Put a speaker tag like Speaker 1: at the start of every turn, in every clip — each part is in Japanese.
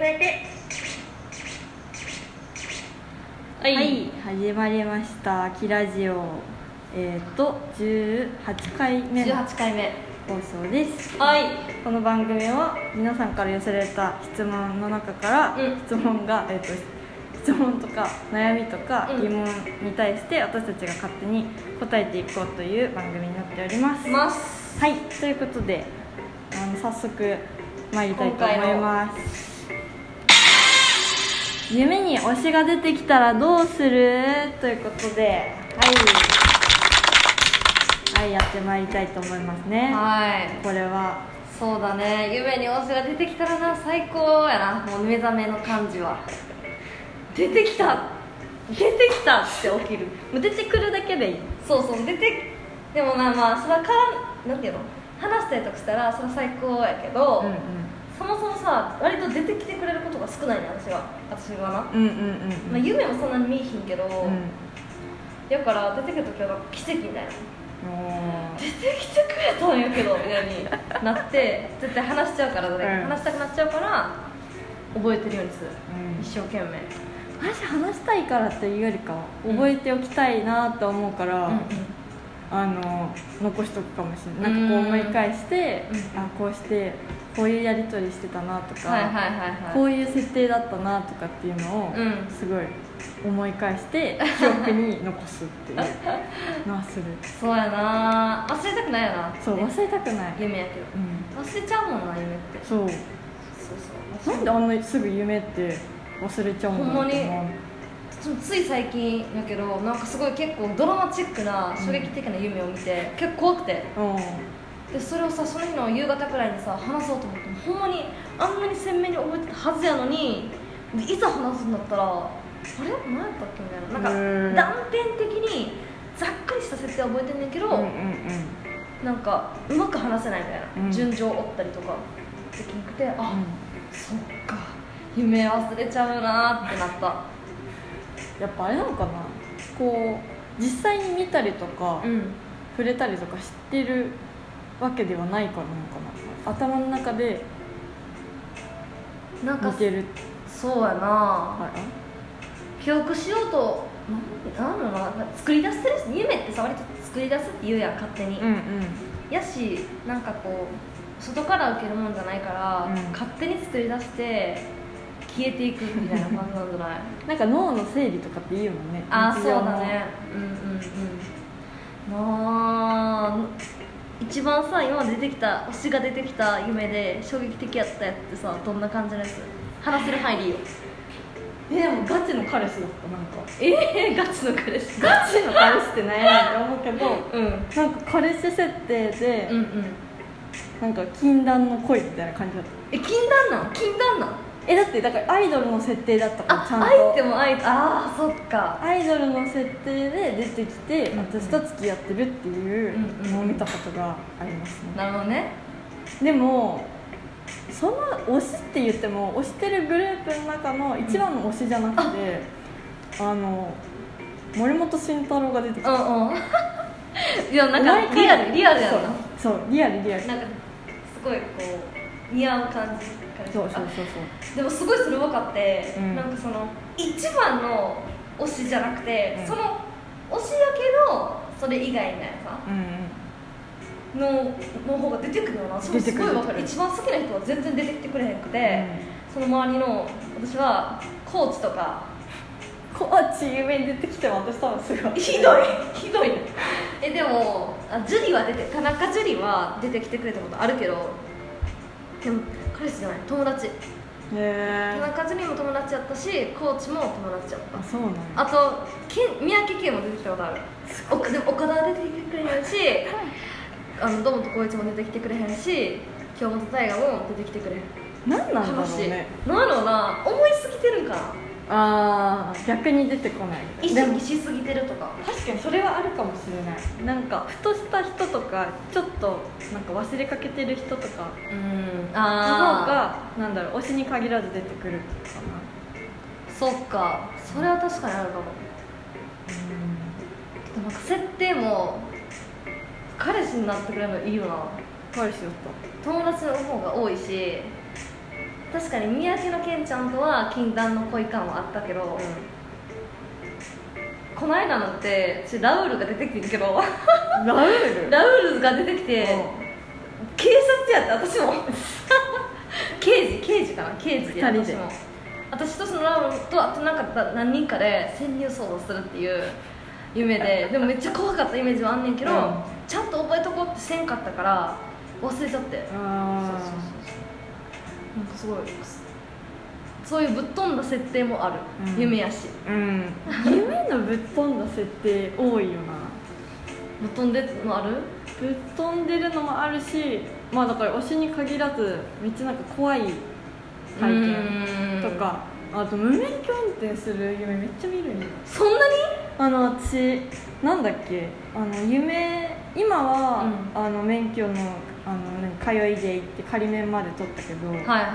Speaker 1: めて
Speaker 2: は
Speaker 3: はい、始まりました「キラジオ」えっ、と18回目の
Speaker 2: 18回目
Speaker 3: 放送です
Speaker 2: はい
Speaker 3: この番組は皆さんから寄せられた質問の中から、
Speaker 2: うん
Speaker 3: 質問が、えっと質問とか悩みとか
Speaker 2: うん
Speaker 3: 疑問に対して私たちが勝手に答えていこうという番組になっております、
Speaker 2: ます
Speaker 3: はいということであの早速参りたいと思います夢に推しが出てきたらどうするということではいはいやってまいりたいと思いますね
Speaker 2: はい
Speaker 3: これは
Speaker 2: そうだね夢に推しが出てきたらな最高やなもう目覚めの感じは出てきた出てきたって起きる
Speaker 3: もう出てくるだけでいい
Speaker 2: そうそう出てでもまあまあそれはかなんていうの話したりとかしたらそれは最高やけど、
Speaker 3: うん
Speaker 2: そもそもさ割と出てきてくれることが少ないね私は私はな、
Speaker 3: うんうんうん
Speaker 2: まあ、夢もそんなに見えひんけど、
Speaker 3: うんうん
Speaker 2: だから出てきた時はなんか奇跡みたいな
Speaker 3: おー
Speaker 2: 出てきてくれたんやけどみたいになって絶対話しちゃうから誰かに
Speaker 3: うん
Speaker 2: 話したくなっちゃうから覚えてるようにする
Speaker 3: うん
Speaker 2: 一生懸命
Speaker 3: 私話したいからというよりかは覚えておきたいなと思うから、あの残しとくかもしれないなんかこう思い返して、
Speaker 2: うん
Speaker 3: あこうしてこういうやり取りしてたなとか、
Speaker 2: はいはいはい
Speaker 3: こ
Speaker 2: はいう
Speaker 3: いう設定だったなとかっていうのを、
Speaker 2: うん
Speaker 3: すごい思い 返して記憶に残すっていうのはする
Speaker 2: そうやな忘れたくないよな
Speaker 3: そう忘れたくない、
Speaker 2: 夢やけど
Speaker 3: うん、
Speaker 2: 忘れちゃうもんな夢って
Speaker 3: そう
Speaker 2: そうそう
Speaker 3: なんであんなすぐ夢って忘れちゃうんだろうと思う
Speaker 2: 私もつい最近やけどなんかすごい結構ドラマチックな衝撃的な夢を見て、結構怖くて
Speaker 3: うん
Speaker 2: でそれをさその日の夕方くらいにさ話そうと思ってもほんまにあんなに鮮明に覚えてたはずやのにでいざ話すんだったらあれ何やったっけみたいな
Speaker 3: う
Speaker 2: な
Speaker 3: ー
Speaker 2: ん
Speaker 3: ん
Speaker 2: か断片的にざっくりした設定は覚えてんねんけど、
Speaker 3: うんうん
Speaker 2: なんかうまく話せないみたいな、
Speaker 3: うん
Speaker 2: 順序を追ったりとかできなくてあ、
Speaker 3: うんうん
Speaker 2: そっか夢忘れちゃうなーってなった
Speaker 3: やっぱあれなのかなこう実際に見たりとか、
Speaker 2: うん
Speaker 3: 触れたりとか知ってるわけではないからなのかな頭の中で
Speaker 2: なんか
Speaker 3: 見てる
Speaker 2: そうやな
Speaker 3: から
Speaker 2: 記憶しようとなんなんだろうな作り出してるし夢ってさ割と作り出すって言うやん勝手に、
Speaker 3: うんうん
Speaker 2: やしなんかこう外から受けるもんじゃないから、
Speaker 3: うん
Speaker 2: 勝手に作り出して消えていくみたいな感じなんじゃ ない
Speaker 3: なんか脳の整理とかって言うもんね
Speaker 2: ああ
Speaker 3: 日
Speaker 2: そう
Speaker 3: 常の
Speaker 2: だねうんうんうんなあ一番さ今出てきた推しが出てきた夢で衝撃的やったやつってさどんな感じのやつ話せる範囲でいいよ
Speaker 3: えでもガチの彼氏だったなんか
Speaker 2: ええガチの彼氏
Speaker 3: ガチの彼氏って悩んって思うけ
Speaker 2: うん
Speaker 3: どなんか彼氏設定で、
Speaker 2: うんうん
Speaker 3: なんか禁断の恋みたいな感じだった
Speaker 2: え禁断なん禁断なん
Speaker 3: えだってだからアイドルの設定だったからちゃん
Speaker 2: あ
Speaker 3: と
Speaker 2: 愛っても愛ああそっか
Speaker 3: アイドルの設定で出てきて、
Speaker 2: うんうん
Speaker 3: 私と付き合ってるっていうのを見たことがありますね、
Speaker 2: なるほどね
Speaker 3: でもその推しって言っても推してるグループの中の一番の推しじゃなくて、あの森本慎太郎が出てき
Speaker 2: う
Speaker 3: た、
Speaker 2: んうん いやなん
Speaker 3: 毎
Speaker 2: か
Speaker 3: 回
Speaker 2: リアルリアルやな
Speaker 3: そうそうリアルリアル
Speaker 2: なんかすごいこう似合う感じから
Speaker 3: そうそうそう
Speaker 2: あでもすごいそれ分かって、
Speaker 3: うん
Speaker 2: なんかその一番の推しじゃなくて、
Speaker 3: うん
Speaker 2: その推しやけどそれ以外みたいなさ
Speaker 3: そううん
Speaker 2: のの方が出てくるよなそれす
Speaker 3: 出て
Speaker 2: ごい
Speaker 3: くる
Speaker 2: 分かる一番好きな人は全然出てきてくれへんくて、その周りの私はコーチとか
Speaker 3: コーチ夢に出てきても私多分すごい
Speaker 2: ひどいひどいえでもあジュリは出て田中樹は出てきてくれたことあるけどでも彼氏じゃない友達田
Speaker 3: へー
Speaker 2: 中樹も友達やったしコーチも友達やった
Speaker 3: あそうなんや
Speaker 2: あとけん三宅健も出てきたことあるおでも岡田は出てきてくれへんしあの堂本光一も出てきてくれへんし京本大我も出てきてくれへん
Speaker 3: 何なんだ
Speaker 2: 悲
Speaker 3: ろう
Speaker 2: しい
Speaker 3: ね
Speaker 2: なんやろうな思いすぎてるんかな
Speaker 3: ああ逆に出てこない
Speaker 2: 意
Speaker 3: でも
Speaker 2: 識しすぎてるとか
Speaker 3: 確かにそれはあるかもしれないなんかふとした人とかちょっとなんか忘れかけてる人とか
Speaker 2: うん
Speaker 3: の方
Speaker 2: ああ
Speaker 3: がなんだろう推しに限らず出てくるか
Speaker 2: そ
Speaker 3: な
Speaker 2: っかそれは確かにあるかもでもなんか設定も彼氏になってくれるのいいよな
Speaker 3: 彼氏だっ
Speaker 2: 友達の方が多いし確かに宮城のけんちゃんとは禁断の恋感はあったけど、この間のってちょラウールが出てきてるけど
Speaker 3: ラウール
Speaker 2: ラウールが出てきて、警察やって 私も刑事刑事かな刑事で
Speaker 3: 二人で
Speaker 2: 私も私とそのラウルとあとなんか何人かで潜入捜査するっていう夢 ででもめっちゃ怖かったイメージはあんねんけど、
Speaker 3: うん
Speaker 2: ちゃんと覚えとこうってせんかったから忘れちゃって、
Speaker 3: うん
Speaker 2: そうそうそうそうなんかすごいそういうぶっ飛んだ設定もある、
Speaker 3: うん
Speaker 2: 夢やし
Speaker 3: うん夢のぶっ飛んだ設定多いよな
Speaker 2: ぶっ飛んでるのある
Speaker 3: ぶっ飛んでるのもあるしまあだから推しに限らずめっちゃなんか怖い体験とかあと無免許運転する夢めっちゃ見るんよ
Speaker 2: うんそんなに
Speaker 3: あの私なんだっけあの夢今は、あの免許のあの何通いで行って仮免まで取ったけど、
Speaker 2: はいはいはい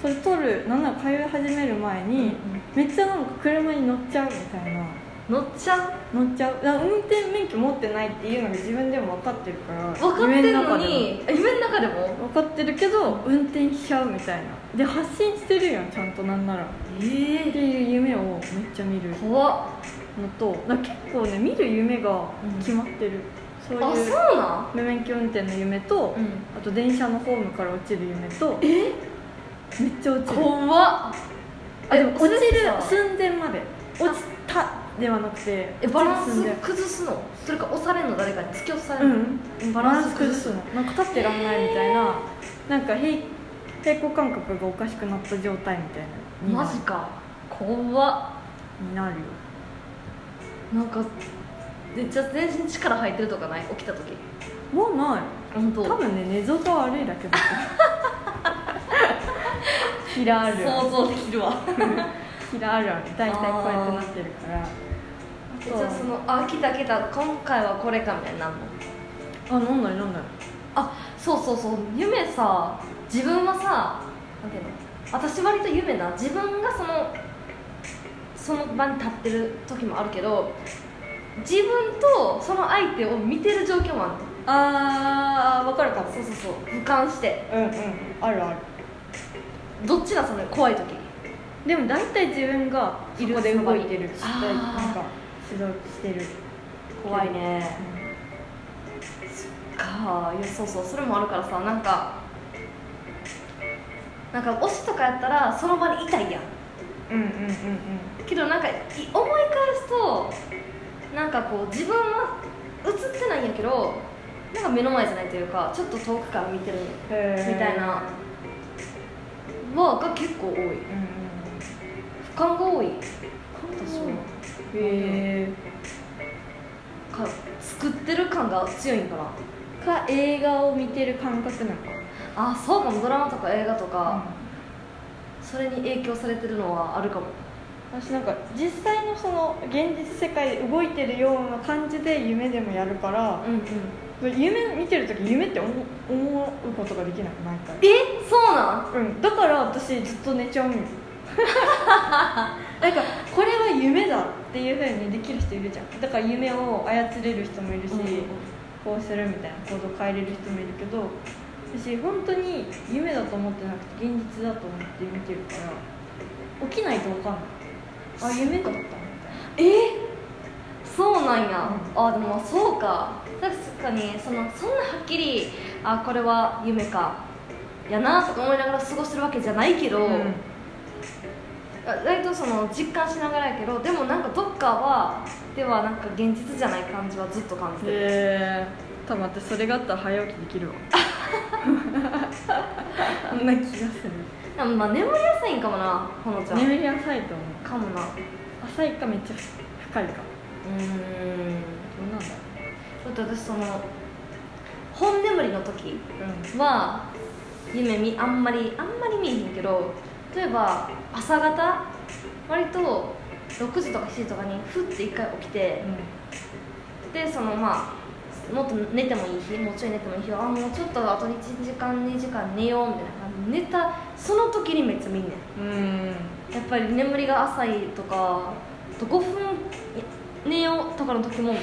Speaker 3: それ取るなんなら通い始める前に、
Speaker 2: うんうん
Speaker 3: めっちゃなんか車に乗っちゃうみたいな
Speaker 2: 乗っちゃう
Speaker 3: 乗っちゃうだから運転免許持ってないっていうのが自分でも分かってるから
Speaker 2: 分かってるの
Speaker 3: 夢の中でも
Speaker 2: に夢の中でも
Speaker 3: 分かってるけど運転しちゃうみたいなで発信してるやんちゃんとなんならっ
Speaker 2: え
Speaker 3: ていう夢をめっちゃ見るの
Speaker 2: 怖っ
Speaker 3: とだから結構ね見る夢が決まってる、
Speaker 2: あ
Speaker 3: そう
Speaker 2: そう
Speaker 3: いう
Speaker 2: な
Speaker 3: 無免許運転の夢と、
Speaker 2: んうん
Speaker 3: あと電車のホームから落ちる夢と
Speaker 2: え
Speaker 3: めっちゃ落ちる
Speaker 2: 怖っ
Speaker 3: あでも落ちる
Speaker 2: それ
Speaker 3: 寸前まで落ちたではなくて
Speaker 2: えバラン
Speaker 3: 落ち
Speaker 2: ス
Speaker 3: る寸
Speaker 2: 崩すのそれか押されるの誰かに突き押され
Speaker 3: 前
Speaker 2: る
Speaker 3: う
Speaker 2: の、
Speaker 3: んバランス崩すのなんか立ってらんないみたいななんか平平行感覚がおかしくなった状態みたいなにな
Speaker 2: マジか怖っ
Speaker 3: になるよ
Speaker 2: なんかめっちゃ全身力入ってるとかない起きた時
Speaker 3: もうない
Speaker 2: 本当
Speaker 3: 多分ね寝相が悪いだけ だとキラある
Speaker 2: 想像できるわ
Speaker 3: キラあるある大体こうやってなってるから
Speaker 2: えじゃあそのあ来た来た今回はこれかみたいになるの
Speaker 3: あ飲んだり飲んだり
Speaker 2: あそうそうそう夢さ自分はさなんていうの私割と夢な自分がそのその場に立ってる時もあるけど自分とその相手を見てる状況もある
Speaker 3: あー分かるかも
Speaker 2: のそうそうそう俯瞰して
Speaker 3: うんうんあるある
Speaker 2: どっちだその怖い時
Speaker 3: でも大体自分がいる
Speaker 2: そこで動いてる
Speaker 3: そ
Speaker 2: あ
Speaker 3: ば
Speaker 2: ー
Speaker 3: になんか指導してる
Speaker 2: 怖いねかいやそうそうそれもあるからさなんかなんか推しとかやったらその場にいたいやん
Speaker 3: うんうんうんうん
Speaker 2: けどなんかい思い返すとなんかこう自分は映ってないんやけどなんか目の前じゃないというかちょっと遠くから見てる
Speaker 3: へー
Speaker 2: みたいなはが結構多い
Speaker 3: うんうん
Speaker 2: 俯瞰が多い私
Speaker 3: 私
Speaker 2: は
Speaker 3: もへえ
Speaker 2: か作ってる感が強いんかな
Speaker 3: か映画を見てる感覚なのか
Speaker 2: あそうかもドラマとか映画とか、それに影響されてるのはあるかも
Speaker 3: 私なんか実際のその現実世界で動いてるような感じで夢でもやるから
Speaker 2: うんうん
Speaker 3: 夢見てる時夢って思思うことができなくないか
Speaker 2: えそうなん
Speaker 3: ら、うん、だから私ずっと寝ちゃうんよ なんかこれは夢だっていうふうにできる人いるじゃんだから夢を操れる人もいるし、
Speaker 2: うんうんうん
Speaker 3: こうするみたいな行動変えれる人もいるけど私本当に夢だと思ってなくて現実だと思って見てるから起きないと分かんないあ夢だったみたいな
Speaker 2: えそうなんや、あでもそうか確かにそのそんなはっきりあこれは夢かやなとか思いながら過ごしてるわけじゃないけど、
Speaker 3: うん
Speaker 2: 割とその実感しながらやけどでもなんかどっかはではなんか現実じゃない感じはずっと感じてる、
Speaker 3: へえ多分私それがあったら早起きできる わそんな気がする
Speaker 2: でもまあ眠りやすいんかもなほのちゃん、
Speaker 3: 眠り浅いと思う
Speaker 2: かもなう
Speaker 3: 浅いかめっちゃ深いか
Speaker 2: ーん
Speaker 3: どうなんだ
Speaker 2: だ
Speaker 3: ろ
Speaker 2: って私その本眠りの時
Speaker 3: う
Speaker 2: は夢見あんまりあんまり見えへんけど例えば朝方割と6時とか7時とかにふって1回起きてでそのまあもっと寝てもいい日もうちょい寝てもいい日はあもうちょっとあと1時間2時間寝ようみたいな感じで寝たその時にめっちゃ見んねん
Speaker 3: うんうん
Speaker 2: やっぱり眠りが浅いとかあと5分寝ようとかの時も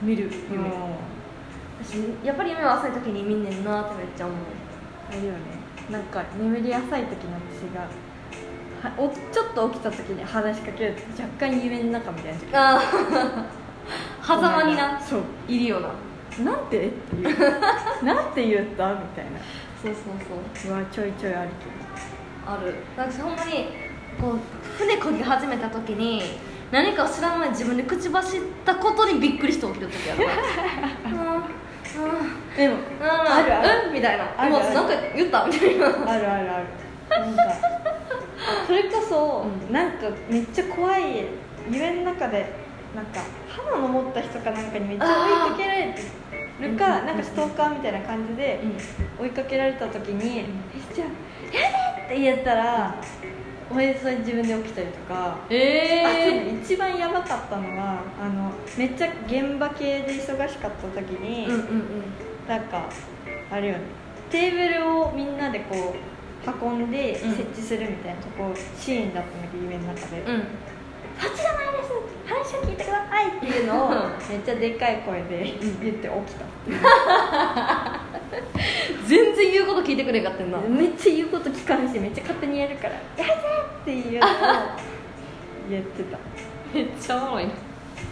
Speaker 2: 見る夢、
Speaker 3: もう
Speaker 2: 私やっぱり夢は浅い時に見んねんなってめっちゃ思う
Speaker 3: あれよねなんか眠り浅い時の私がはおちょっと起きた時に話しかけると若干夢の中みたいな時
Speaker 2: ああ 狭間にな
Speaker 3: そう
Speaker 2: いるよな
Speaker 3: なんてっていう なんて言ったみたいな
Speaker 2: そうそうそう
Speaker 3: うわちょいちょいあり
Speaker 2: ある私ほんまにこう船こぎ始めた時に何かを知らない自分で口走ったことにびっくりして起きる時やる うんうん
Speaker 3: きでも
Speaker 2: うん
Speaker 3: あるある
Speaker 2: うんみたいな
Speaker 3: あるある
Speaker 2: もうなんか言ったみたいな
Speaker 3: あるあるあるなんかそれこそ、
Speaker 2: うん
Speaker 3: なんかめっちゃ怖い夢の中でなんか刃物持った人かなんかにめっちゃ追いかけられてる
Speaker 2: あ
Speaker 3: か
Speaker 2: ー
Speaker 3: なんかストーカーみたいな感じで
Speaker 2: う
Speaker 3: 追いかけられた時に「
Speaker 2: ん
Speaker 3: えじゃあやだ!」って言えたら親父さん自分で起きたりとか。あ
Speaker 2: え
Speaker 3: そう一番やばかったのはあのめっちゃ現場系で忙しかった時に、
Speaker 2: ー、うんうんうん
Speaker 3: なんかあれよねテーブルをみんなでこう運んで
Speaker 2: うん
Speaker 3: 設置するみたいなとこ、シーンだったんだけど夢の中で「
Speaker 2: うん
Speaker 3: 立ちじゃないです話を聞いてください」っていうのをめっちゃでっかい声で
Speaker 2: うん
Speaker 3: 言って起きた、
Speaker 2: 全然言うこと聞いてくれんかったんな
Speaker 3: めっちゃ言うこと聞かんしめっちゃ勝手にやるから「やだ!」っていうのを言ってた
Speaker 2: めっちゃおもろいな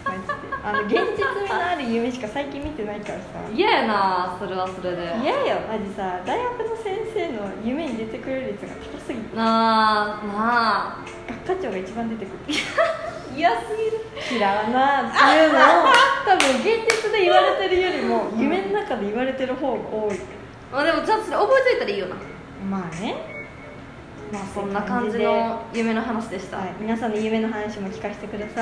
Speaker 3: マジであの現実味のある夢しか最近見てないからさ
Speaker 2: 嫌やなそれはそれで
Speaker 3: 嫌よマジさ大学の先生の夢に出てくる率が高すぎて
Speaker 2: なあなあ
Speaker 3: 学科長が一番出てくる
Speaker 2: 嫌すぎる
Speaker 3: 嫌だなっていうのを多分現実で言われてるよりも夢の中で言われてる方が多い
Speaker 2: まあでもちゃんとそれ覚えといたらいいよな
Speaker 3: まあねまあ
Speaker 2: そんな感じの夢の話でした、
Speaker 3: はい、皆さんの夢の話も聞かせてください